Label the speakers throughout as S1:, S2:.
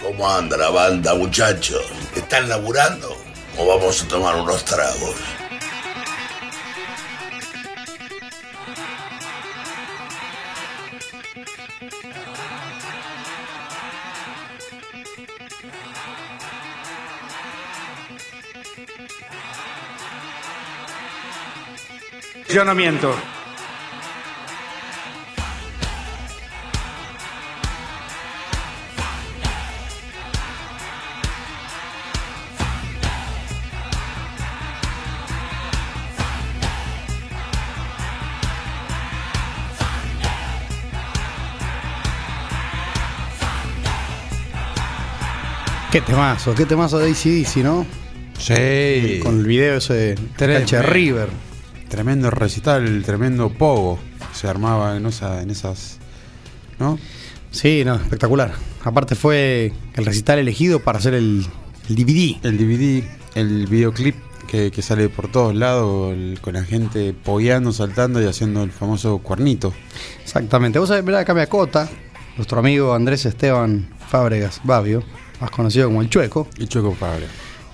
S1: ¿Cómo anda la banda, muchachos? ¿Están laburando? ¿O vamos a tomar unos tragos?
S2: Yo no miento.
S3: Qué temazo, qué temazo de ACDC, ¿no?
S4: Sí.
S3: Con el video ese de
S4: Tremendo.
S3: cancha de River.
S4: Tremendo recital, tremendo pogo que se armaba en, esa- en esas. ¿No?
S3: Sí, no, espectacular. Aparte fue el recital elegido para hacer el, el DVD.
S4: El DVD, el videoclip que, que sale por todos lados, el- con la gente pogueando, saltando y haciendo el famoso cuernito.
S3: Exactamente. Vos sabés, mirá, acá me acota nuestro amigo Andrés Esteban Fábregas Babio, más conocido como El Chueco.
S4: El Chueco Pablo.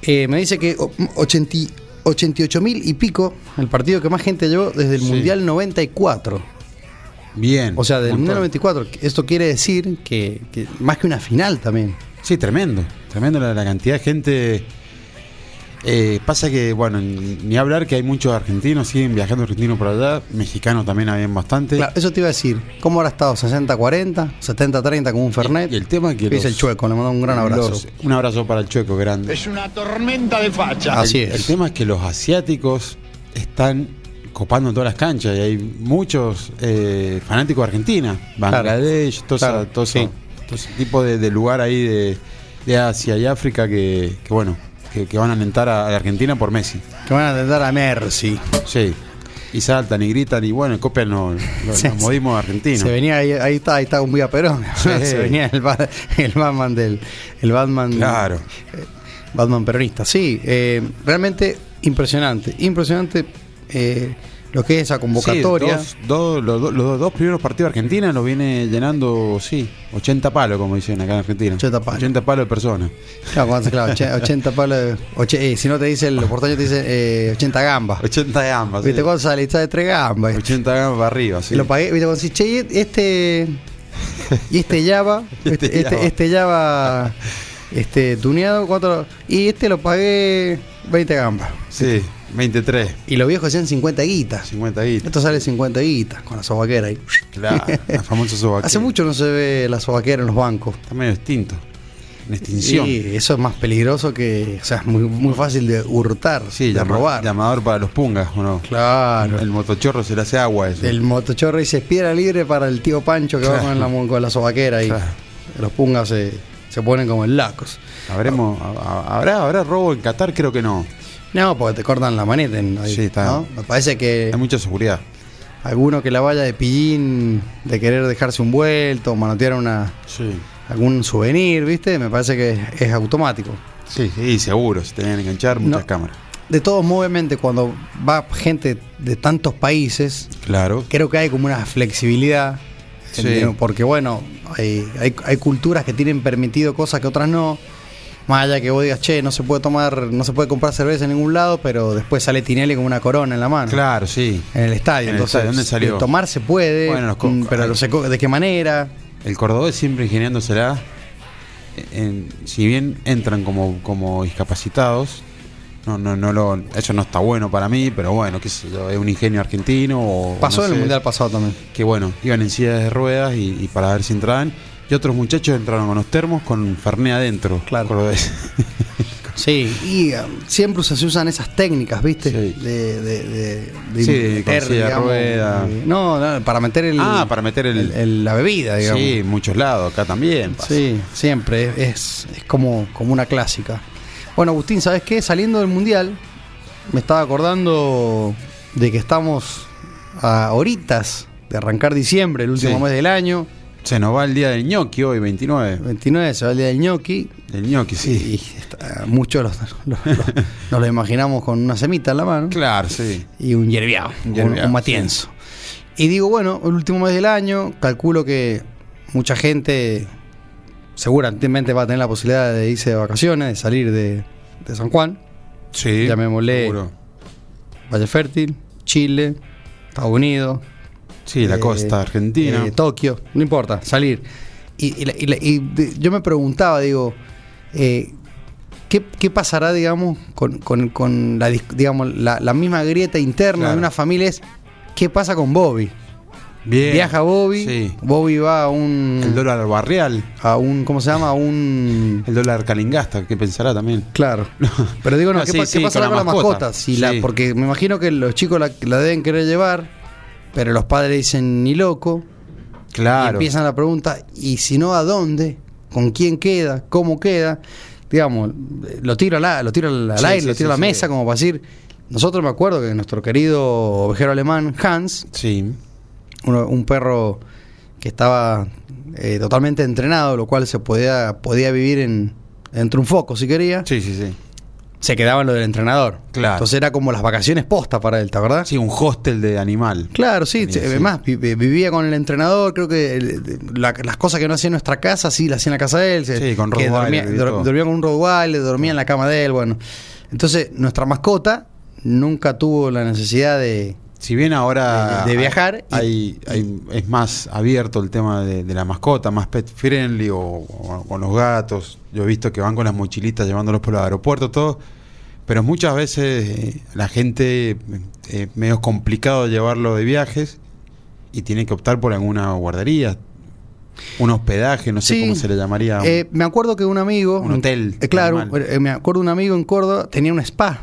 S3: Eh, me dice que 88 mil y pico, el partido que más gente llevó desde el
S4: Sí.
S3: Mundial 94.
S4: Bien.
S3: O sea, del
S4: un
S3: Mundial
S4: montón.
S3: 94. Esto quiere decir que, que más que una final también.
S4: Sí, tremendo. Tremendo la, la cantidad de gente. Eh, pasa que, bueno, ni ni hablar que hay muchos argentinos, siguen viajando argentinos por allá, mexicanos también habían bastante.
S3: Claro, eso te iba a decir. ¿Cómo habrá estado? ¿60-40? ¿70-30 con un Fernet?
S4: Y el tema que
S3: Que dice
S4: los-
S3: el Chueco, le mando un gran abrazo.
S4: Los- un abrazo para el Chueco, grande.
S5: Es una tormenta de facha.
S3: Ah, Así
S4: El-
S3: es.
S4: El tema es que los asiáticos están copando todas las canchas y hay muchos eh, fanáticos de Argentina, Bangladesh, todo, esa-
S3: Claro,
S4: todo esa-
S3: sí.
S4: todo ese tipo de, de lugar ahí de, de Asia y África que, que bueno, que, que van a alentar a, a la Argentina por Messi.
S3: Que van a tentar a Mercy.
S4: Sí. Y saltan y gritan y bueno, copian los, los,
S3: Sí,
S4: los
S3: sí.
S4: modismos argentinos.
S3: Se venía ahí, ahí está, ahí está un Vía Perón.
S4: Sí.
S3: Se venía el, ba- el Batman del. El Batman.
S4: Claro.
S3: Batman peronista. Sí, eh, realmente impresionante. Impresionante eh, lo que es esa convocatoria.
S4: Sí, dos- dos- los, dos- los dos primeros partidos de Argentina lo viene llenando, sí, 80 palos, como dicen acá en Argentina.
S3: 80 palos.
S4: de personas.
S3: Claro, cuando- claro, oche- 80 palos. de- oche- eh, si no te dice el portaño, te dice eh, 80 gambas.
S4: 80 de ambas.
S3: ¿Viste
S4: sí.
S3: cuando sale? Está de 3 gambas.
S4: 80 de ambas para arriba, sí.
S3: Y lo pagué, viste, cuando decís, che, y este. Y este Java,
S4: Este
S3: este, este,
S4: Java.
S3: este Java este, tuneado, cuatro. Y este lo pagué 20 gambas.
S4: Sí, 23,
S3: Y los viejos hacían 50 guitas.
S4: 50 y
S3: Esto sale 50 guitas con la sobaquera ahí.
S4: Claro, la famosa sobaquera.
S3: Hace mucho no se ve la sobaquera en los bancos.
S4: Está medio extinto. En extinción. Sí,
S3: Sí, eso es más peligroso que. O sea, es muy, muy fácil de hurtar, de
S4: llama-
S3: robar.
S4: llamador para los pungas, ¿o no?
S3: Claro.
S4: El motochorro se le hace agua eso.
S3: El motochorro dice piedra libre para el tío Pancho que va
S4: Claro.
S3: con la, mon- con la sobaquera y
S4: Claro.
S3: los pungas se, se ponen como en lacos.
S4: Habremos, ha- ha- habrá, habrá robo en Qatar, creo que no.
S3: No, porque te cortan la maneta. en- ahí,
S4: Sí, está.
S3: ¿no? Me parece que
S4: Hay mucha seguridad.
S3: alguno que la vaya de pillín, de querer dejarse un vuelto, manotear una,
S4: Sí.
S3: algún souvenir, ¿viste? Me parece que es, es automático.
S4: Sí, sí, seguro. Se tenían que enganchar muchas
S3: No.
S4: cámaras.
S3: De todos modos, obviamente, cuando va gente de tantos países,
S4: Claro.
S3: creo que hay como una flexibilidad.
S4: Sí.
S3: eh, Porque bueno, hay, hay- hay culturas que tienen permitido cosas que otras no. Más allá que vos digas, che, no se puede tomar, no se puede comprar cerveza en ningún lado, pero después sale Tinelli con una corona en la mano.
S4: Claro, sí.
S3: En el estadio.
S4: En el
S3: Entonces,
S4: estadio, ¿dónde salió?
S3: de tomar se puede,
S4: Bueno, los co-
S3: mm, pero
S4: hay-
S3: no sé co- de qué manera.
S4: El cordobés siempre ingeniándosela. En, si bien entran como, como discapacitados, no, no, no lo, eso no está bueno para mí, pero bueno, qué sé yo, es un ingenio argentino. O,
S3: Pasó
S4: no
S3: en el
S4: sé,
S3: mundial pasado también.
S4: Que bueno, iban en sillas de ruedas y, y para ver si entraban. Y otros muchachos entraron con los termos con Ferné adentro.
S3: Claro.
S4: cordobés.
S3: Sí. Y um, siempre se se usan esas técnicas, ¿viste?
S4: Sí.
S3: De, de, de- de
S4: Sí, con silla de rueda.
S3: eh, No, no, para meter el.
S4: Ah, para meter el-
S3: la bebida, digamos.
S4: sí, en muchos lados, acá también. pasa.
S3: Sí, siempre, es, es como, como una clásica. Bueno, Agustín, ¿sabes qué? Saliendo del Mundial, me estaba acordando de que estamos a horitas de arrancar diciembre, el último
S4: Sí.
S3: mes del año.
S4: Se nos va el día del ñoqui hoy, 29.
S3: 29 se va el día del ñoqui.
S4: El ñoqui, sí.
S3: Y está- muchos los, los- los- nos lo imaginamos con una semita en la mano
S4: Claro, sí.
S3: y un yerbiao,
S4: Un
S3: un,
S4: yerbiao,
S3: un matienzo. Y digo, bueno, el último mes del año, calculo que mucha gente seguramente va a tener la posibilidad de irse de vacaciones, de salir de, de San Juan,
S4: Sí.
S3: Llamémosle-
S4: seguro.
S3: Valle Fértil, Chile, Estados Unidos,
S4: Sí, la
S3: eh,
S4: costa argentina.
S3: eh, Tokio, no importa, salir. Y, y la- y la- y de- yo me preguntaba, digo, eh, ¿qué, qué pasará, digamos, con, con- con la, dis- digamos, la, la misma grieta interna de
S4: Claro.
S3: una familia? Es, ¿Qué pasa con Bobby?
S4: Bien.
S3: Viaja Bobby, Mm.
S4: Sí.
S3: Bobby va a un,
S4: El dólar barrial.
S3: a un, ¿cómo se llama? A un...
S4: El dólar calingasta, que pensará también.
S3: Claro. Pero digo, no,
S4: No,
S3: ¿qué,
S4: sí,
S3: pa-
S4: sí,
S3: qué pasará con,
S4: con
S3: la
S4: la
S3: mascota?
S4: mascota.
S3: Si la-
S4: Sí.
S3: porque me imagino que los chicos la, la deben querer llevar, pero los padres dicen ni loco. Y
S4: Claro.
S3: empiezan la pregunta, ¿y si no a dónde? ¿Con quién queda? ¿Cómo queda? Digamos, lo tiro, al a- lo tiro al
S4: Sí,
S3: aire,
S4: sí,
S3: lo tiro a
S4: sí,
S3: la
S4: sí.
S3: mesa, como para decir. Nosotros me acuerdo que nuestro querido ovejero alemán, Hans,
S4: Sí.
S3: uno- un perro que estaba eh, totalmente entrenado, lo cual se podía, podía vivir en, entre un foco si quería,
S4: Sí, sí, sí.
S3: se quedaba en lo del entrenador.
S4: Claro.
S3: Entonces era como las vacaciones posta para él, ¿te acordás?
S4: Sí, un hostel de animal.
S3: Claro, sí,
S4: Sí, sí.
S3: además vi- vi- vivía con el entrenador, creo que el- la- las cosas que no hacía en nuestra casa, sí, las hacía en la casa de él, se-
S4: Sí, con
S3: que dormía,
S4: Rottweiler y
S3: dor-
S4: todo.
S3: dormía con un Rottweiler, dormía en la cama de él, bueno. Entonces, nuestra mascota nunca tuvo la necesidad de...
S4: Si bien ahora
S3: De- de- de viajar y-
S4: hay, hay- es más abierto el tema de, de la mascota, más pet friendly o, o con los gatos. Yo he visto que van con las mochilitas llevándolos por el aeropuerto, todo. Pero muchas veces eh, la gente eh, es medio complicado llevarlo de viajes y tiene que optar por alguna guardería, un hospedaje, no sé
S3: Sí.
S4: cómo se le llamaría.
S3: Eh, me acuerdo que un amigo...
S4: Un hotel,
S3: eh, claro,
S4: normal.
S3: eh, me acuerdo un amigo en Córdoba tenía un spa.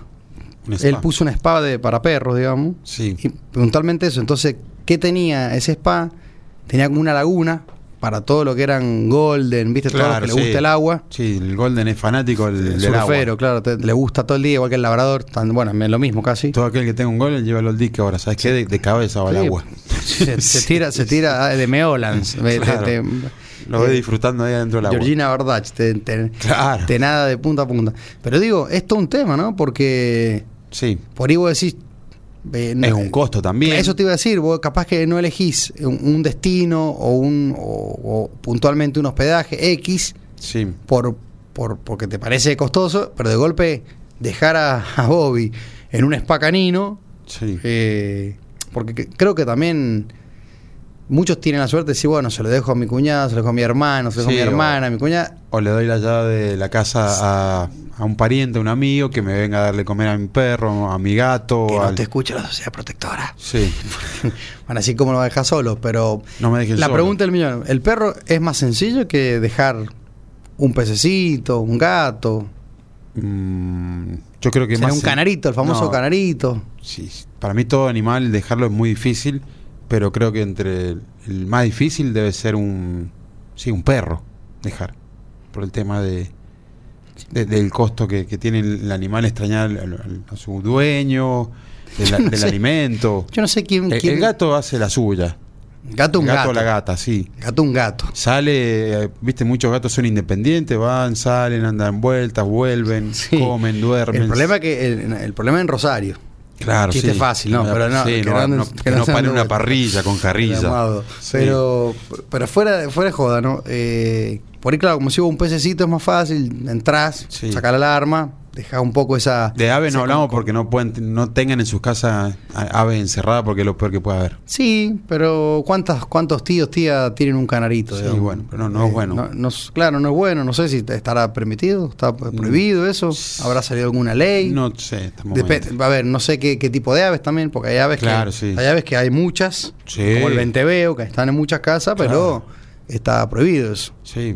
S4: un spa.
S3: Él puso un spa de, para perros, digamos.
S4: Sí.
S3: Y puntualmente eso. Entonces, ¿qué tenía ese spa? Tenía como una laguna para todo lo que eran golden, ¿viste? todo lo
S4: Claro,
S3: que
S4: sí.
S3: le gusta el agua.
S4: Sí, el Golden es fanático del,
S3: El
S4: del agua.
S3: surfero, claro, te- le gusta todo el día, igual que el labrador, tan, bueno, es lo mismo casi.
S4: Todo aquel que tenga un Golden lleva al dick ahora, ¿sabes qué? De, de cabeza va al
S3: Sí.
S4: agua.
S3: Se, se tira, se tira ah, de Meolans. Ve- te-
S4: Claro.
S3: te-
S4: Lo voy disfrutando ahí adentro del agua.
S3: Eh, Georgina Bardach, te, te-
S4: Claro.
S3: te nada de punta a punta. Pero digo, esto es un tema, ¿no? Porque
S4: Sí.
S3: por ahí vos decís. eh, no-
S4: Es un costo también.
S3: Eso te iba a decir, vos capaz que no elegís un, un destino o un o- o puntualmente un hospedaje X
S4: Sí.
S3: por, por porque te parece costoso, pero de golpe dejar a, a Bobby en un spa canino,
S4: Sí.
S3: eh, porque que- creo que también muchos tienen la suerte de decir, bueno, se lo dejo a mi cuñado, se lo dejo a mi hermano, se lo dejo a
S4: Sí,
S3: mi
S4: o-
S3: hermana, a mi cuñada.
S4: O le doy la llave de la casa a, a un pariente, a un amigo que me venga a darle comer a mi perro, a mi gato.
S3: Que no
S4: al-
S3: te escuche la sociedad protectora.
S4: Sí.
S3: Bueno, así como lo va a dejar solo, pero
S4: No me dejes
S3: la
S4: solo.
S3: pregunta del millón, ¿el perro es más sencillo que dejar un pececito, un gato,
S4: Mm, yo creo que
S3: será
S4: más.
S3: un canarito, el famoso
S4: No,
S3: canarito?
S4: Sí. Para mí, todo animal, dejarlo es muy difícil. Pero creo que entre el, el más difícil debe ser un. Sí, un perro. Dejar. Por el tema de. de- del costo que, que tiene el animal extrañar al- al- a su dueño, del-
S3: no
S4: del
S3: sé.
S4: alimento.
S3: Yo no sé quién...
S4: El, el
S3: quién-
S4: gato hace la suya.
S3: Gato un
S4: El gato,
S3: gato.
S4: o la gata, sí.
S3: Gato un gato.
S4: Sale, eh, viste, muchos gatos son independientes, van, salen, andan vueltas, vuelven,
S3: Sí.
S4: comen, duermen.
S3: El problema es que el, el problema en Rosario.
S4: claro,
S3: chiste
S4: sí.
S3: fácil, no, pero no,
S4: sí,
S3: que
S4: no,
S3: no anden-
S4: no-
S3: que
S4: que
S3: no
S4: no
S3: se
S4: paren
S3: anden
S4: una
S3: vueltas.
S4: parrilla con
S3: Llamado.
S4: carrilla. Sí.
S3: Pero pero fuera de fuera de joda, ¿no? Eh, por ahí claro, como si hubo un pececito es más fácil, entrás,
S4: Sí.
S3: sacar la alarma, dejás un poco esa
S4: de aves
S3: esa
S4: no hablamos porque no pueden, no tengan en sus casas a- aves encerradas porque es lo peor que puede haber.
S3: Sí, pero ¿cuántas, ¿cuántos tíos, tía tienen un canarito?
S4: Sí,
S3: digamos? Eh,
S4: bueno, pero no- no es bueno.
S3: no- no es- claro, no es bueno. No sé si te- estará permitido, está prohibido eso. ¿Habrá salido alguna ley?
S4: Mm. No sé, estamos
S3: Depe- a ver, no sé qué, qué tipo de aves también, porque hay aves,
S4: Claro,
S3: que,
S4: sí.
S3: hay aves que hay muchas,
S4: Sí.
S3: como el venteveo, que están en muchas casas, pero
S4: Claro.
S3: está prohibido eso.
S4: Sí.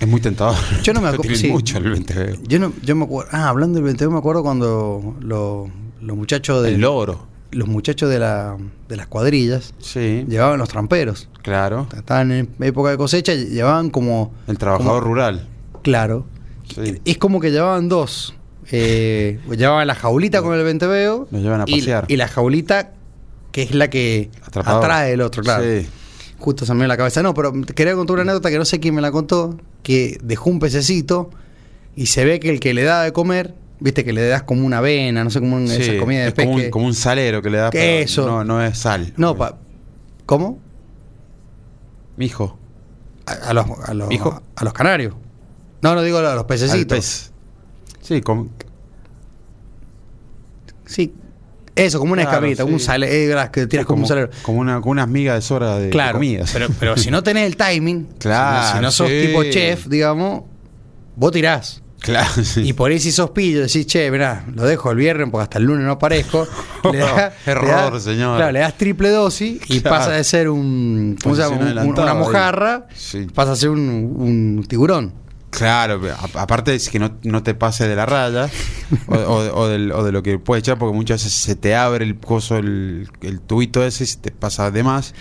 S4: Es muy tentador.
S3: Yo no me acu-
S4: Tienen
S3: sí.
S4: mucho el 20 veo.
S3: Yo no, yo me acuerdo, ah, hablando del venteveo, me acuerdo cuando lo- los muchachos de
S4: El logro.
S3: los muchachos de, la, de las cuadrillas
S4: Sí.
S3: llevaban los tramperos.
S4: Claro.
S3: Estaban en época de cosecha, y llevaban como
S4: El trabajador rural.
S3: Claro.
S4: Sí.
S3: Es como que llevaban dos. Eh, llevaban la jaulita con el venteveo.
S4: Lo llevan a
S3: y-
S4: pasear.
S3: Y, la jaulita, que es la que
S4: Atrapador.
S3: atrae el otro, claro.
S4: Sí.
S3: Justo se me dio la cabeza. No, pero quería contar una anécdota que no sé quién me la contó, que dejó un pececito y se ve que el que le da de comer, viste que le das como una avena, no sé, como una
S4: Sí,
S3: esas comidas de
S4: es como
S3: pesque.
S4: un, como un salero que le da
S3: ¿Qué
S4: pero
S3: eso?
S4: No, no es sal.
S3: No, pa- ¿cómo?
S4: Mi hijo.
S3: A, a los, a, los,
S4: Hijo.
S3: a los canarios. No, no digo a los
S4: Al
S3: pececitos.
S4: pez. Sí, con-
S3: Sí. Eso, como una
S4: Claro,
S3: escamita,
S4: sí.
S3: un salero, que tiras como,
S4: como,
S3: un salero.
S4: como una, como unas migas de sobra de
S3: Claro.
S4: comidas.
S3: Pero, pero si no tenés el timing,
S4: Claro,
S3: si no sos
S4: sí.
S3: tipo chef, digamos, vos tirás.
S4: claro, sí.
S3: Y por ahí si sos pillo, decís, che, mirá, lo dejo el viernes porque hasta el lunes no aparezco.
S4: Error, señor.
S3: Claro, le das triple dosis y
S4: Claro.
S3: pasa de ser un, ¿cómo se llama?
S4: Posición
S3: Un- un-
S4: adelantada
S3: una
S4: ahí.
S3: mojarra,
S4: Sí.
S3: pasa a ser un, un tiburón.
S4: Claro, pero a- aparte es que no, no te pases de la raya o, o- o del- o de lo que puedes echar, porque muchas veces se te abre el coso, el, el tubito ese, se te pasa de más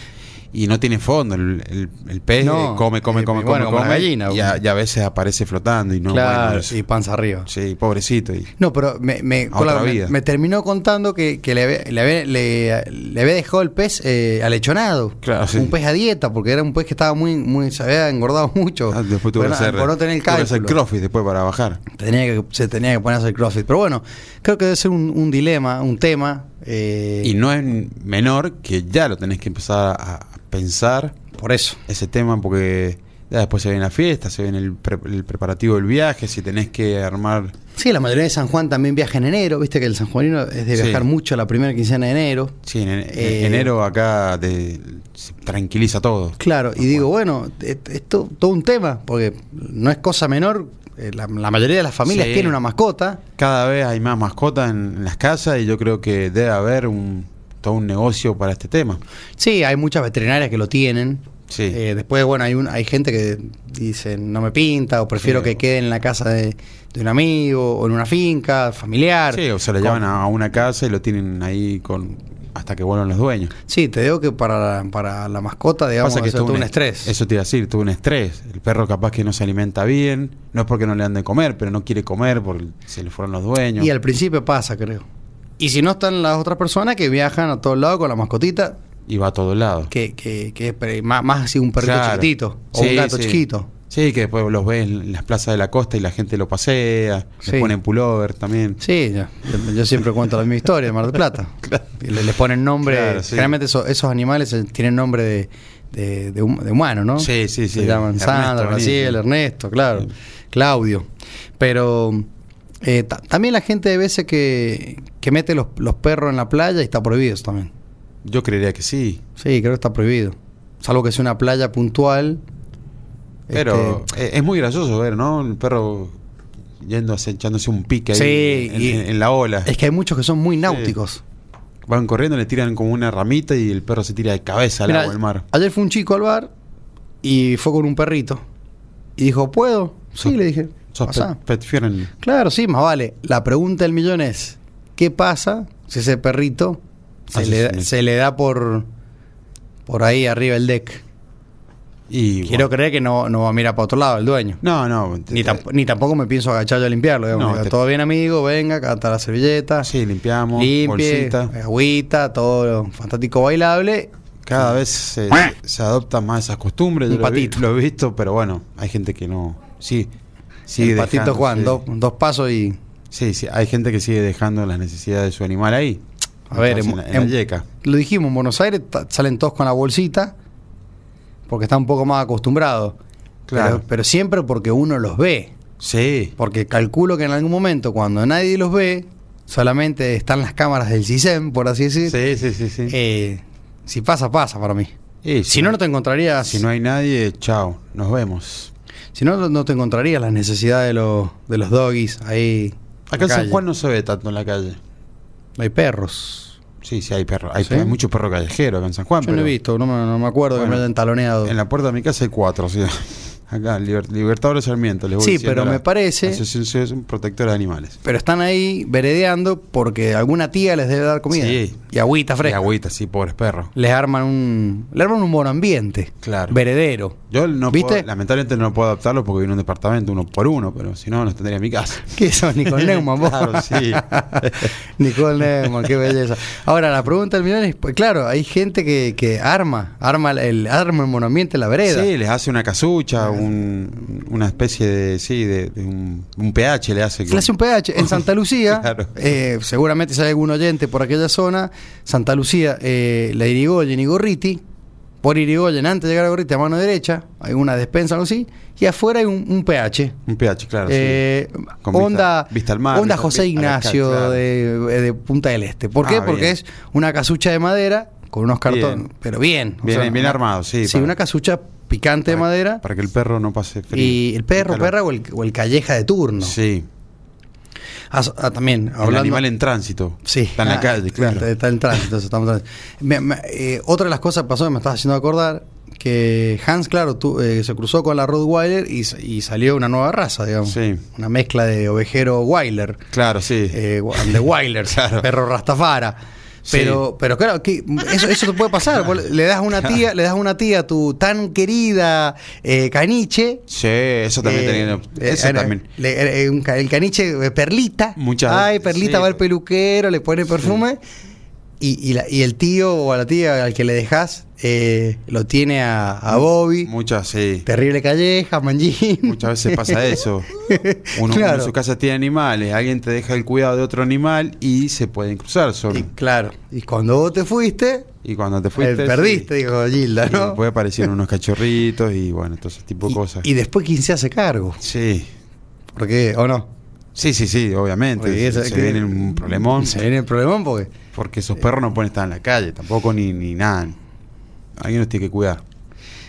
S4: y no tiene fondo. El, el- el pez
S3: No,
S4: eh, come, come,
S3: eh,
S4: come,
S3: bueno,
S4: come,
S3: como la
S4: come,
S3: gallina,
S4: y a, y a veces aparece flotando y no. bueno,
S3: claro,
S4: es-
S3: y panza arriba.
S4: sí, pobrecito. y-
S3: No, pero me, me,
S4: A
S3: con la-
S4: otra
S3: me-
S4: vida.
S3: me terminó contando que, que le, había- le, había- le- le había dejado el pez eh, alechonado.
S4: Claro, sí.
S3: Un pez a dieta, porque era un pez que estaba muy, muy se había engordado mucho.
S4: Ah, después
S3: por,
S4: tuvo que
S3: na-
S4: hacer,
S3: por no tener el
S4: tuvo que hacer
S3: cálculo.
S4: crossfit después para bajar.
S3: Tenía que, se tenía que poner a hacer crossfit. Pero bueno, creo que debe ser un, un dilema, un tema. eh,
S4: Y no es menor que ya lo tenés que empezar a a pensar
S3: por eso.
S4: ese tema porque ya después se viene la fiesta, se viene el, pre- el preparativo del viaje, si tenés que armar...
S3: Sí, la mayoría de San Juan también viaja en enero. Viste que el sanjuanino es de
S4: Sí.
S3: viajar mucho la primera quincena de enero.
S4: Sí, en, en-
S3: Eh,
S4: enero acá te- se tranquiliza todo.
S3: Claro, y digo, bueno, e-, esto es to- todo un tema, porque no es cosa menor. eh, La, la mayoría de las familias
S4: Sí.
S3: tienen una mascota.
S4: Cada vez hay más mascotas en, en las casas y yo creo que debe haber un, todo un negocio para este tema.
S3: Sí, hay muchas veterinarias que lo tienen.
S4: Sí.
S3: Eh, después, bueno, hay, un, hay gente que dice no me pinta o prefiero
S4: Sí.
S3: que quede en la casa de, de un amigo o en una finca familiar.
S4: Sí, o se lo
S3: Con-
S4: llevan a, a una casa y lo tienen ahí con hasta que vuelvan los dueños.
S3: Sí, te digo que para, para la mascota, digamos,
S4: Pasa que
S3: es todo
S4: estuvo
S3: un
S4: est-
S3: estrés.
S4: Eso te iba a decir, tuvo un estrés. El perro capaz que no se alimenta bien, no es porque no le han de comer, pero no quiere comer porque se le fueron los dueños.
S3: Y al principio pasa, creo. Y si no están las otras personas que viajan a todos lados con la mascotita,
S4: y va a todos lados.
S3: que, que, que es pre- más, más así un perrito
S4: Claro.
S3: chiquitito o
S4: Sí,
S3: un gato
S4: sí.
S3: chiquito.
S4: Sí, que después los ves en las plazas de la costa y la gente lo pasea,
S3: Sí.
S4: le ponen pullover también.
S3: Sí, yo, yo- yo siempre cuento la misma historia de Mar del Plata. Y le, le ponen nombre.
S4: Claro, sí.
S3: Generalmente eso- esos animales eh, tienen nombre de, de, de hum- de humano, ¿no?
S4: Sí, sí, sí.
S3: Se llaman
S4: Ernesto,
S3: Sandra,
S4: Vanessa.
S3: Graciela, Ernesto, claro.
S4: Sí.
S3: Claudio. Pero eh, ta- también la gente de veces que, que mete los, los perros en la playa y está prohibido eso también.
S4: Yo creería que sí.
S3: Sí, creo que está prohibido. Salvo que sea una playa puntual.
S4: Pero e-,
S3: Este,
S4: es- es muy gracioso ver, ¿no? El perro yendo, a- echándose un pique ahí
S3: Sí,
S4: en,
S3: y-
S4: en- en la ola.
S3: es que hay muchos que son muy náuticos.
S4: Van corriendo, le tiran como una ramita y el perro se tira de cabeza al
S3: Mirá,
S4: agua, al mar.
S3: Ayer fue un chico al bar y fue con un perrito. Y dijo, ¿puedo? Sí,
S4: Sos-
S3: le dije.
S4: Sos
S3: "Pasá".
S4: pet, pet friendly.
S3: Claro, sí, más vale. La pregunta del millón es, ¿qué pasa si ese perrito se,
S4: Hace
S3: le,
S4: su-
S3: da- se le da por, por ahí arriba el deck?
S4: Y
S3: Quiero
S4: bueno.
S3: creer que no, no va a mirar para otro lado el dueño.
S4: No, no. eh, te-
S3: Ni,
S4: te-
S3: tamp- ni tampoco me pienso agachar yo a limpiarlo. digamos.
S4: No,
S3: Digo,
S4: te-
S3: Todo bien, amigo, venga, canta la servilleta.
S4: Sí, limpiamos,
S3: Limpie,
S4: bolsita.
S3: agüita, todo fantástico bailable.
S4: Cada vez se, se adoptan más esas costumbres.
S3: Un
S4: yo lo he vi-
S3: patito.
S4: Lo, he visto, pero bueno, hay gente que no. Sí. sigue
S3: el patito
S4: dejando,
S3: Juan,
S4: sí.
S3: dos, dos pasos y
S4: Sí, sí, hay gente que sigue dejando las necesidades de su animal ahí.
S3: A ver, em,
S4: Entonces,
S3: en-
S4: en, la- en
S3: en-
S4: la yeca.
S3: Lo dijimos, en Buenos Aires ta- salen todos con la bolsita porque están un poco más acostumbrados.
S4: Claro.
S3: Pero, pero siempre porque uno los ve.
S4: Sí.
S3: Porque calculo que en algún momento, cuando nadie los ve, solamente están las cámaras del CISEM, por así decir.
S4: Sí, sí, sí. sí.
S3: eh, si pasa, pasa para mí.
S4: Y
S3: Si no, no te encontrarías.
S4: si no hay nadie, chao, nos vemos.
S3: si no, no- no te encontrarías las necesidades de los, de los doggies ahí.
S4: Acá
S3: la
S4: en San
S3: calle.
S4: Juan no se ve tanto en la calle.
S3: No hay perros.
S4: Sí, sí, hay perro. Hay,
S3: ¿Sí?
S4: hay mucho perro callejero acá en San Juan.
S3: Yo no he
S4: Ah, pero-
S3: visto, no me, no me acuerdo que
S4: Bueno,
S3: me hayan taloneado.
S4: En la puerta de mi casa hay cuatro, sí. Acá, Liber- Libertadores Sarmiento, les voy
S3: Sí,
S4: diciendo
S3: pero
S4: la-
S3: me parece-
S4: Asociación Protectora de Animales.
S3: Pero están ahí veredeando porque alguna tía les debe dar comida.
S4: Sí.
S3: Y agüita
S4: Y
S3: fresca.
S4: agüita, sí, pobres perros.
S3: Les arman un. Le arman un buen ambiente.
S4: Claro.
S3: Veredero.
S4: Yo no
S3: ¿Viste?
S4: puedo- lamentablemente no puedo adaptarlos porque vivo en un departamento uno por uno, pero si no, los tendría en mi casa.
S3: ¿Qué son? Nicole Neumann, vos.
S4: Claro, sí.
S3: Nicole Neumann, qué belleza. Ahora, la pregunta del millón es: pues, claro, hay gente que, que arma, arma el, arma el buen ambiente en la vereda.
S4: Sí, les hace una casucha, un- una especie de, sí, de, de un, un pH le hace. que-
S3: Le hace un PH en Santa Lucía,
S4: Claro.
S3: eh, seguramente si hay algún oyente por aquella zona, Santa Lucía, eh, la Irigoyen y Gorriti, por Irigoyen, antes de llegar a Gorriti, a mano derecha, hay una despensa o algo así, y afuera hay un, un PH.
S4: Un pH, claro. sí.
S3: Eh,
S4: Con vista-
S3: onda
S4: vista al mar,
S3: onda
S4: vista-
S3: José
S4: vista a la calle,
S3: Ignacio
S4: claro.
S3: de, de Punta del Este. ¿Por qué?
S4: Ah,
S3: Porque
S4: bien.
S3: es una casucha de madera con unos cartones,
S4: Bien.
S3: pero bien. o
S4: Bien- bien
S3: una-
S4: armado, sí,
S3: Sí,
S4: para-
S3: una casucha picante de
S4: Para-
S3: madera
S4: Para que el perro no pase frío.
S3: y el perro,
S4: Claro.
S3: perra o el, o el calleja de turno.
S4: Sí.
S3: Ah, so- ah, también,
S4: El
S3: hablando...
S4: animal en tránsito.
S3: Sí.
S4: Está en
S3: Ah,
S4: la calle, claro.
S3: Está, está en tránsito, eso, estamos en tránsito. Me- me- eh, otra de las cosas que pasó, que me estás haciendo acordar, que Hans, claro, tu- eh, se cruzó con la Rottweiler y, s- y salió una nueva raza, digamos.
S4: Sí.
S3: Una mezcla de ovejero Weiler,
S4: Claro, sí.
S3: eh, wa- de Weiler,
S4: Claro.
S3: perro Rastafara.
S4: Sí.
S3: Pero, pero claro, que eso, eso te puede pasar. Vos Le das una tía, le das una tía a tu tan querida eh, caniche.
S4: sí, eso también
S3: Eh,
S4: tenía. Eso
S3: eh, era-
S4: también.
S3: le- era un ca- el caniche eh, perlita.
S4: Muchas-
S3: Ay, perlita
S4: sí.
S3: va al peluquero, le pone perfume. Y, y la- y el tío o a la tía al que le dejas lo tiene a, a Bobby.
S4: Muchas, sí.
S3: terrible calleja, manjín.
S4: Muchas veces pasa eso. Uno, uno
S3: Claro.
S4: en su casa tiene animales, alguien te deja el cuidado de otro animal y se pueden cruzar solo.
S3: Y claro. Y cuando vos te fuiste,
S4: Y, cuando te
S3: eh,
S4: fuiste.
S3: perdiste, dijo Gilda,
S4: sí. Y
S3: ¿no?
S4: después aparecieron unos cachorritos y bueno, todo ese tipo de
S3: Y-
S4: cosas.
S3: y después quién se hace cargo.
S4: sí.
S3: Porque, ¿o no?
S4: Sí, sí, sí, obviamente.
S3: Porque eso-
S4: se
S3: que-
S4: viene un problemón.
S3: Se viene el problemón porque.
S4: Porque esos perros no pueden estar en la calle, tampoco ni, ni nada. Alguien los tiene que cuidar.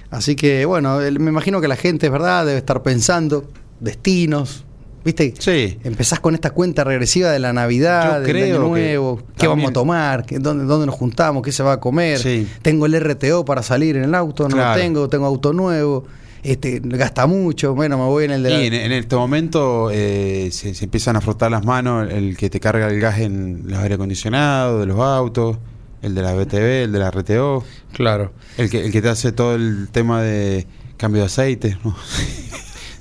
S3: Así que, bueno, el- me imagino que la gente, es verdad, debe estar pensando destinos. ¿Viste?
S4: Sí.
S3: Empezás con esta cuenta regresiva de la Navidad,
S4: Yo
S3: del Año
S4: creo que
S3: Nuevo, qué
S4: también-
S3: vamos a tomar, ¿Qué- dónde, dónde nos juntamos, qué se va a comer.
S4: Sí.
S3: Tengo el RTO para salir en el auto, no
S4: Claro.
S3: lo tengo, tengo auto nuevo, este gasta mucho, bueno, me voy en el de la-
S4: Y en, en este momento eh, se, se empiezan a frotar las manos el que te carga el gas en los aire acondicionados, de los autos, el de la BTV, el de la RTO,
S3: Claro.
S4: el que, el que te hace todo el tema de cambio de aceite. ¿no?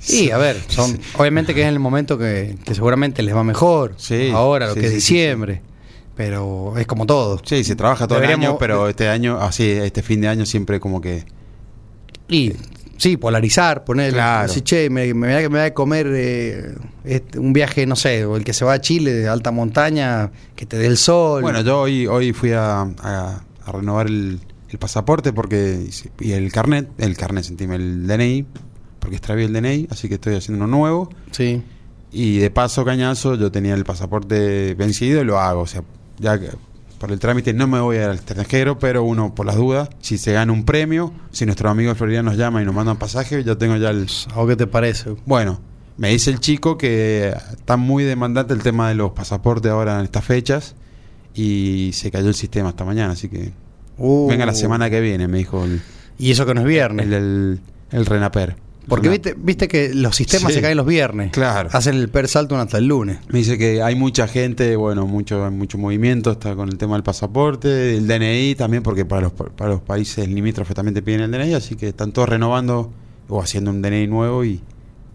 S3: Sí, a ver, son, obviamente que es en el momento que, que seguramente les va mejor,
S4: Sí,
S3: ahora, lo
S4: sí,
S3: que es
S4: sí, sí, sí.
S3: diciembre, pero es como todo.
S4: Sí, se trabaja todo el
S3: Deberíamos-
S4: año, pero este año, así, este fin de año siempre como que...
S3: Y sí, polarizar, poner,
S4: Eh. Claro.
S3: decir, che, me, me, voy a- me voy a comer eh, este, un viaje, no sé, o el que se va a Chile, de alta montaña, que te dé el sol.
S4: Bueno, yo hoy, hoy fui a, a- a renovar el, el pasaporte porque y el carnet, el carnet, sentime, el DNI, porque extravié el DNI, así que estoy haciendo uno nuevo.
S3: sí.
S4: Y de paso, cañazo, yo tenía el pasaporte vencido y lo hago. O sea, ya que por el trámite no me voy al extranjero, pero uno, por las dudas, si se gana un premio, si nuestros amigos Florida nos llaman y nos mandan pasaje, yo tengo ya el...
S3: ¿O qué te parece?
S4: Bueno, me dice el chico que está muy demandante el tema de los pasaportes ahora en estas fechas y se cayó el sistema esta mañana, así que
S3: Uh,
S4: venga la semana que viene, me dijo el,
S3: Y eso que no es viernes.
S4: el, el- el Renaper.
S3: porque
S4: Rena-
S3: viste, viste que los sistemas
S4: Sí.
S3: se caen los viernes.
S4: Claro.
S3: Hacen el per salto hasta el lunes.
S4: Me dice que hay mucha gente, bueno, mucho, hay mucho movimiento, está con el tema del pasaporte, el DNI también, porque para los, pa- para los países limítrofes también te piden el DNI, así que están todos renovando o haciendo un DNI nuevo y,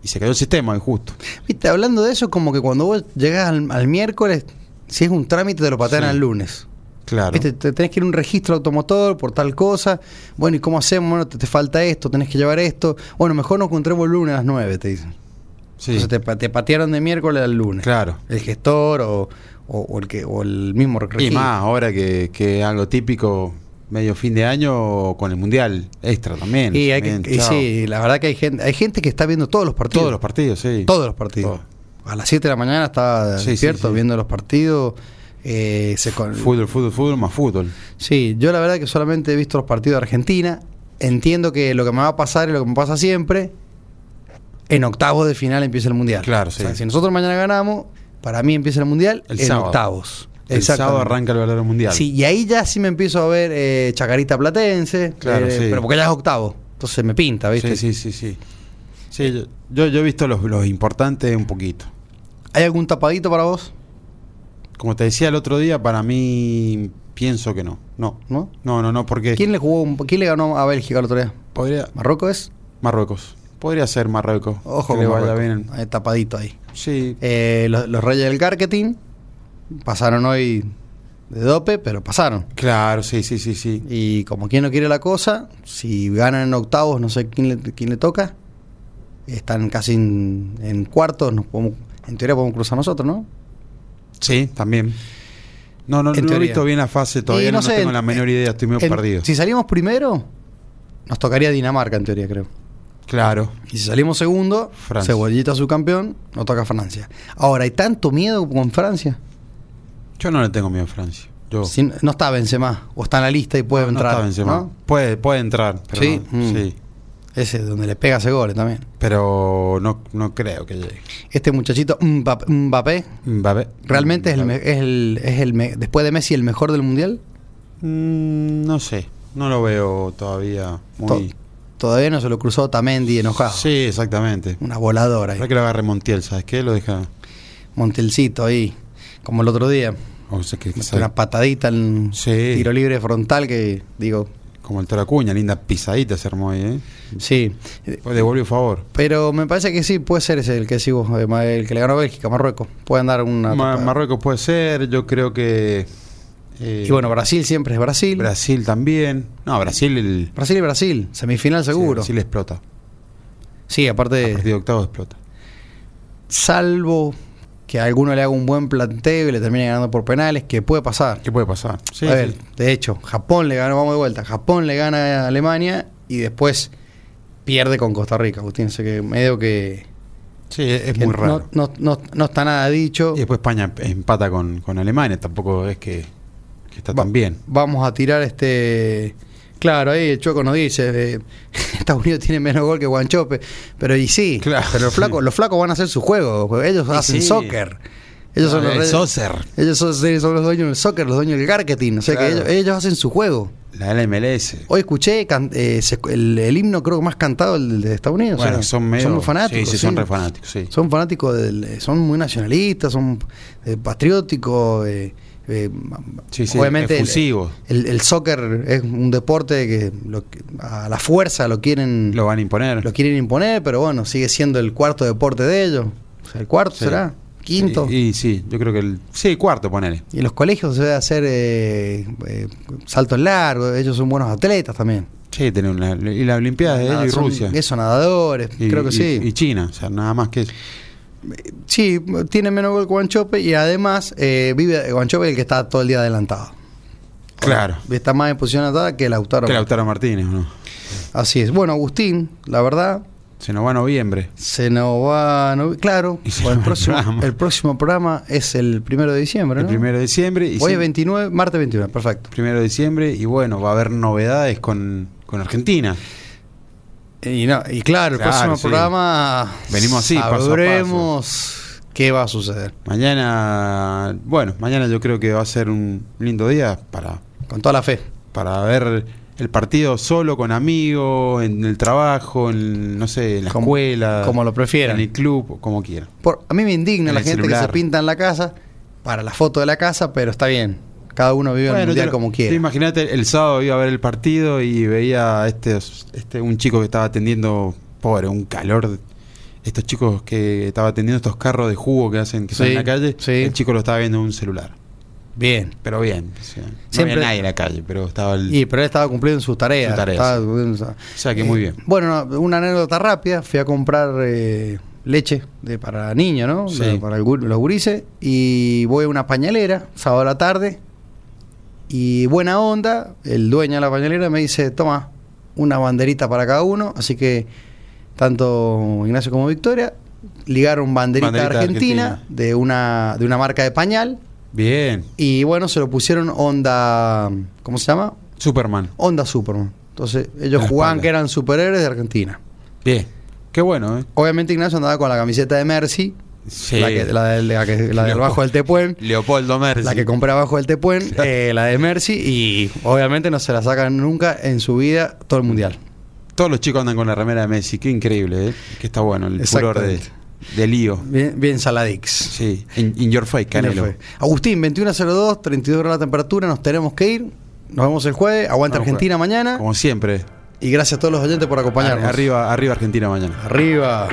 S4: y se cayó el sistema, injusto.
S3: Viste, hablando de eso, como que cuando vos llegás al, al miércoles, si es un trámite, te lo patean
S4: Sí.
S3: al lunes.
S4: Claro.
S3: Viste, te tenés que ir a un registro automotor por tal cosa. Bueno, ¿y cómo hacemos? Bueno, te, te falta esto, tenés que llevar esto. Bueno, mejor nos encontremos el lunes a las 9, te dicen.
S4: Sí.
S3: Entonces te, pa- te patearon de miércoles al lunes.
S4: Claro.
S3: El gestor o, o, o el, que, o el mismo registro.
S4: Y más ahora que, que algo típico, medio fin de año con el mundial extra también.
S3: Y, hay que-
S4: También,
S3: y
S4: chao.
S3: sí, la verdad que hay gente, hay gente que está viendo todos los partidos.
S4: Todos los partidos, sí.
S3: Todos los partidos. A las 7 de la mañana estaba
S4: Sí, sí,
S3: despierto
S4: sí.
S3: viendo los partidos. Eh, se con-
S4: Fútbol, fútbol, fútbol más fútbol.
S3: Sí, yo la verdad que solamente he visto los partidos de Argentina. Entiendo que lo que me va a pasar es lo que me pasa siempre. En octavos de final empieza el mundial.
S4: Claro, sí.
S3: O sea, si nosotros mañana ganamos, para mí empieza el mundial
S4: El
S3: en
S4: sábado.
S3: octavos.
S4: El
S3: Exactamente.
S4: sábado arranca el verdadero mundial.
S3: Sí, y ahí ya sí me empiezo a ver eh, Chacarita Platense.
S4: Claro,
S3: eh,
S4: sí.
S3: Pero porque ya es octavo. Entonces me pinta, ¿viste?
S4: Sí, sí, sí, sí. Sí, yo, yo, yo he visto los, los importantes un poquito.
S3: ¿Hay algún tapadito para vos?
S4: Como te decía el otro día, para mí pienso que no. No,
S3: ¿No?
S4: no, no, no, porque
S3: ¿Quién le jugó un- quién le ganó a Bélgica el otro día?
S4: podría
S3: ¿Marruecos es?
S4: Marruecos. Podría ser Marruecos.
S3: Ojo
S4: que le
S3: con
S4: vaya
S3: Marruecos.
S4: bien.
S3: Hay tapadito ahí.
S4: Sí,
S3: Eh, los, los Reyes del Carketing pasaron hoy de dope, pero pasaron.
S4: claro, sí, sí, sí, sí.
S3: Y como quien no quiere la cosa, si ganan en octavos, no sé quién le, quién le toca. Están casi en, en cuartos, nos podemos- en teoría podemos cruzar nosotros, ¿no?
S4: Sí, también. No, no,
S3: En
S4: no he
S3: teoría.
S4: visto bien la fase, todavía
S3: Y
S4: no, no
S3: sé,
S4: tengo
S3: en-
S4: la menor idea, estoy medio
S3: en-
S4: perdido.
S3: Si salimos primero, Nos tocaría Dinamarca, en teoría, creo.
S4: Claro.
S3: Y si salimos segundo,
S4: Francia.
S3: Cebollita subcampeón, nos toca Francia. Ahora, ¿hay tanto miedo con Francia?
S4: Yo no le tengo miedo a Francia. Yo
S3: Si no no está Benzema, o está en la lista y puede
S4: no
S3: entrar.
S4: está Benzema.
S3: ¿no?
S4: Puede, puede entrar, pero
S3: Sí.
S4: no,
S3: Mm.
S4: sí.
S3: Ese es donde le pega ese gol también.
S4: Pero no, no creo que llegue.
S3: Este muchachito Mbapp- Mbappé,
S4: Mbappé.
S3: ¿realmente es el, me-
S4: Mbappé.
S3: es el, es el me- después de Messi el mejor del mundial?
S4: Mm, no sé. No lo veo todavía muy.
S3: To- todavía no se lo cruzó Tamendi enojado.
S4: Sí, exactamente.
S3: Una voladora ahí.
S4: Ahora que lo agarre Montiel, ¿sabes qué? Lo deja.
S3: Montelcito ahí, como el otro día.
S4: O sea, que,
S3: Metió Una patadita en
S4: Sí.
S3: tiro libre frontal que digo,
S4: Como el Toracuña, linda pisadita se armó ahí, ¿eh?
S3: sí.
S4: Pues devuelve un favor.
S3: Pero me parece que sí, puede ser ese el que sí vos, eh, ma- el que le ganó Bélgica, Marruecos. Pueden dar una.
S4: Ma-
S3: tapada.
S4: Marruecos puede ser, yo creo que. eh,
S3: Y bueno, Brasil siempre es Brasil.
S4: Brasil también. No, Brasil. El,
S3: Brasil y Brasil, semifinal seguro.
S4: Sí, Brasil explota.
S3: Sí,
S4: El
S3: aparte,
S4: partido de octavo explota.
S3: salvo que a alguno le haga un buen planteo y le termine ganando por penales, que puede pasar.
S4: ¿Qué puede pasar? Sí,
S3: a ver,
S4: sí.
S3: de hecho, Japón le ganó, vamos de vuelta, Japón le gana a Alemania y después pierde con Costa Rica, Agustín. Así que medio que,
S4: Sí, es es
S3: que
S4: muy raro.
S3: no, no- no- no está nada dicho.
S4: Y después España empata con, con Alemania, tampoco es que, que está
S3: Va-
S4: tan bien.
S3: Vamos a tirar este. Claro, ahí el Choco nos dice, eh, Estados Unidos tiene menos gol que Guanchope, pero y sí,
S4: Claro.
S3: pero los flacos, los flacos van a hacer su juego, ellos hacen
S4: sí.
S3: soccer. Ellos son los
S4: El
S3: reyes-
S4: Saucer.
S3: Ellos son, sí, son los dueños del soccer, los dueños del marketing. O sea que
S4: Claro.
S3: ellos, ellos hacen su juego.
S4: La LMLS.
S3: Hoy escuché can- eh, se- el, el himno, creo que más cantado, el de Estados Unidos. o
S4: Bueno,
S3: sea,
S4: son medio.
S3: muy fanáticos.
S4: Sí, sí, son re fanáticos, sí.
S3: Son fanáticos del- eh, son muy nacionalistas, son eh, patrióticos. eh, eh,
S4: Sí, sí,
S3: obviamente, el-
S4: efusivos.
S3: El, el soccer es un deporte que, lo que- a la fuerza lo quieren,
S4: Lo van a imponer.
S3: lo quieren imponer, pero bueno, sigue siendo el cuarto deporte de ellos. O sea, el cuarto
S4: Sí.
S3: será, quinto.
S4: Y, y sí, yo creo que el. Sí, cuarto, ponele.
S3: Y en los colegios se debe hacer eh, eh, saltos largos, ellos son buenos atletas también.
S4: Sí, tener una. Y la Olimpiada de
S3: Nada,
S4: ellos y
S3: son-
S4: Rusia.
S3: Eso, nadadores,
S4: Y-
S3: creo que
S4: y-
S3: sí.
S4: Y China, o sea, nada más que eso.
S3: sí, tiene menos gol que Guanchope y además eh, vive Guanchope es el que está todo el día adelantado.
S4: Claro.
S3: Está más en posición atada que Lautaro.
S4: Que Lautaro Martínez, ¿no?
S3: Así es. Bueno, Agustín, la verdad,
S4: Se nos va a noviembre.
S3: se nos va. no- claro,
S4: Y se
S3: bueno, el,
S4: nos va el
S3: próximo,
S4: programa.
S3: el próximo programa es el primero de diciembre.
S4: El
S3: ¿no?
S4: primero de diciembre. Y
S3: Hoy
S4: sí,
S3: es 29, martes 29, perfecto.
S4: Primero de diciembre. Y bueno, va a haber novedades con, con Argentina.
S3: Eh, Y, no- y claro, el
S4: Claro,
S3: próximo
S4: sí.
S3: programa
S4: Venimos así, paso a paso.
S3: sabremos qué va a suceder.
S4: Mañana, bueno, mañana yo creo que va a ser un lindo día para,
S3: Con toda la fe.
S4: para ver el partido solo, con amigos, en el trabajo, en, no sé, en la
S3: Como-
S4: escuela.
S3: como lo prefieran.
S4: En el club, como quieran.
S3: Por- a mí me indigna
S4: En
S3: la
S4: el
S3: gente que
S4: celular.
S3: se pinta en la casa para la foto de la casa, pero está bien. Cada uno vive el
S4: Bueno,
S3: mundial
S4: te lo-
S3: como
S4: te
S3: quiere.
S4: Imagínate, el sábado iba a ver el partido y veía a este, este, un chico que estaba atendiendo, pobre, un calor. Estos chicos que estaba atendiendo estos carros de jugo que hacen que son
S3: Sí,
S4: en la calle,
S3: sí.
S4: el chico lo estaba viendo en un celular.
S3: Bien.
S4: Pero bien, o sea, no
S3: Siempre-
S4: había nadie en la calle, pero estaba el.
S3: Y, pero él estaba cumpliendo sus tareas.
S4: Su tarea,
S3: estaba
S4: sí.
S3: cumpliendo su-
S4: o sea que muy bien.
S3: Eh, Bueno, no, una anécdota rápida. Fui a comprar eh, leche de, para niños, ¿no?
S4: Sí.
S3: De- para el gur- los gurises. Y voy a una pañalera, sábado a la tarde. Y buena onda, el dueño de la pañalera me dice, toma, una banderita para cada uno. Así que tanto Ignacio como Victoria ligaron banderita,
S4: Banderita
S3: argentina,
S4: argentina.
S3: De, una, de una marca de pañal.
S4: Bien.
S3: Y bueno, se lo pusieron onda, ¿cómo se llama?
S4: Superman.
S3: Onda Superman. Entonces,
S4: la
S3: ellos
S4: espalda.
S3: jugaban que eran superhéroes de Argentina.
S4: Bien. Qué bueno, ¿eh?
S3: Obviamente Ignacio andaba con la camiseta de Mercy,
S4: Sí.
S3: la, que, la, del- la que- la del
S4: Leopoldo-
S3: bajo del Tepuén,
S4: Leopoldo Merzi.
S3: la que compré abajo del Tepuén, eh, la de Mercy, y obviamente no se la sacan nunca en su vida todo el mundial.
S4: Todos los chicos andan con la remera de Messi. Qué increíble, ¿eh? Que está bueno el furor de,
S3: Exactamente.
S4: de lío.
S3: Bien, bien Saladix.
S4: Sí. In, in your face, Canelo.
S3: Fue. Agustín, 21.02, 32 grados la temperatura, nos tenemos que ir. Nos vemos el jueves, aguanta
S4: Vamos,
S3: Argentina
S4: jueves.
S3: mañana.
S4: Como siempre.
S3: Y gracias a todos los oyentes por acompañarnos.
S4: Arriba, arriba Argentina mañana.
S3: Arriba.